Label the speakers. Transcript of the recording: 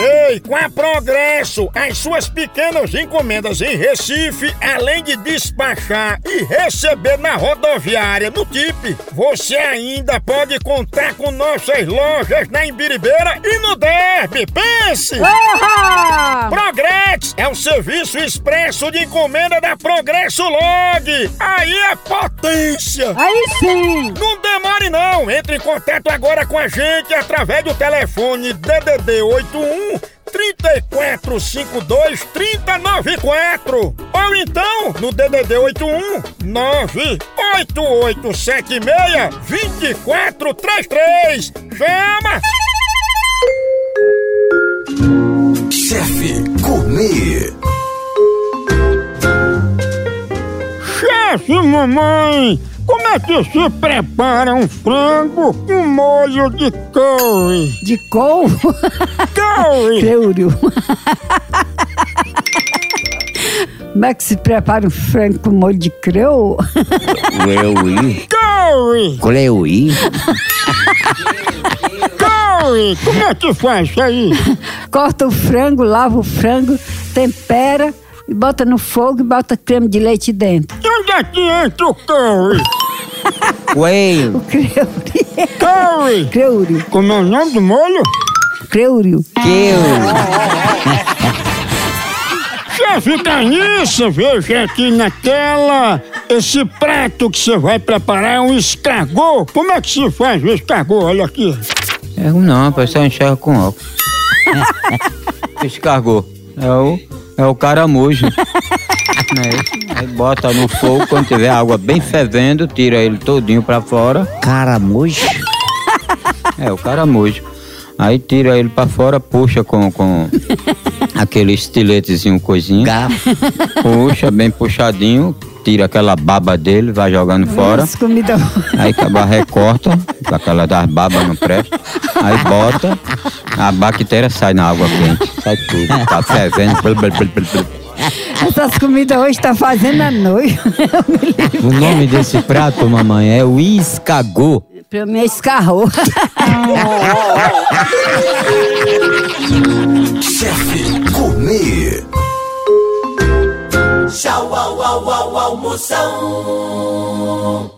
Speaker 1: Ei, com a Progresso, as suas pequenas encomendas em Recife, além de despachar e receber na rodoviária no TIP, você ainda pode contar com nossas lojas na Imbiribeira e no Derby. Pense!
Speaker 2: Porra!
Speaker 1: Progresso é o serviço expresso de encomenda da Progresso Log. Aí é potência!
Speaker 2: Aí sim!
Speaker 1: Não demore não, entre em contato agora com a gente através do telefone DDD 81 3452 3094 ou então no DDD 81 98876 2433 chama!
Speaker 3: Chefe Gourmet.
Speaker 1: Chefe mamãe, como é que se prepara um frango com molho de curry?
Speaker 2: De couvo?
Speaker 1: Curry!
Speaker 2: Creúrio. Como é que se prepara um frango com molho de creu?
Speaker 4: Cleuí.
Speaker 1: Curry!
Speaker 4: Cleuí.
Speaker 1: Curry! Como é que faz isso aí?
Speaker 2: Corta o frango, lava o frango, tempera, e bota no fogo e bota creme de leite dentro.
Speaker 1: E onde é que entra o curry?
Speaker 4: Coelho.
Speaker 2: Creúrio.
Speaker 1: Curry!
Speaker 2: Creúrio.
Speaker 1: Como é o nome do molho?
Speaker 2: Creúrio.
Speaker 4: Queu.
Speaker 1: Chefe Carniça, veja aqui na tela. Esse prato que você vai preparar é um escargot. Como é que se faz o escargot? Olha aqui.
Speaker 4: Não, não, pessoal enxerga com óculos. Descargou. É o, é o caramujo. Né? Aí bota no fogo, quando tiver água bem fervendo, tira ele todinho pra fora. Caramujo? É, o caramujo. Aí tira ele pra fora, puxa com, com aquele estiletezinho, coisinha. Garfo. Puxa, bem puxadinho, tira aquela baba dele, vai jogando fora.
Speaker 2: Nossa, comida boa.
Speaker 4: Aí acaba recorta, é aquela das babas não presta. Aí bota, a bactéria sai na água quente. Sai tudo, tá fervendo. blub, blub, blub, blub.
Speaker 2: Essas comidas hoje tá fazendo a noite.
Speaker 4: O nome desse prato, mamãe, é o escagô.
Speaker 2: pra mim é escarrou.
Speaker 3: Chefe Gourmet.
Speaker 5: Tchau, au, au, au, almoção.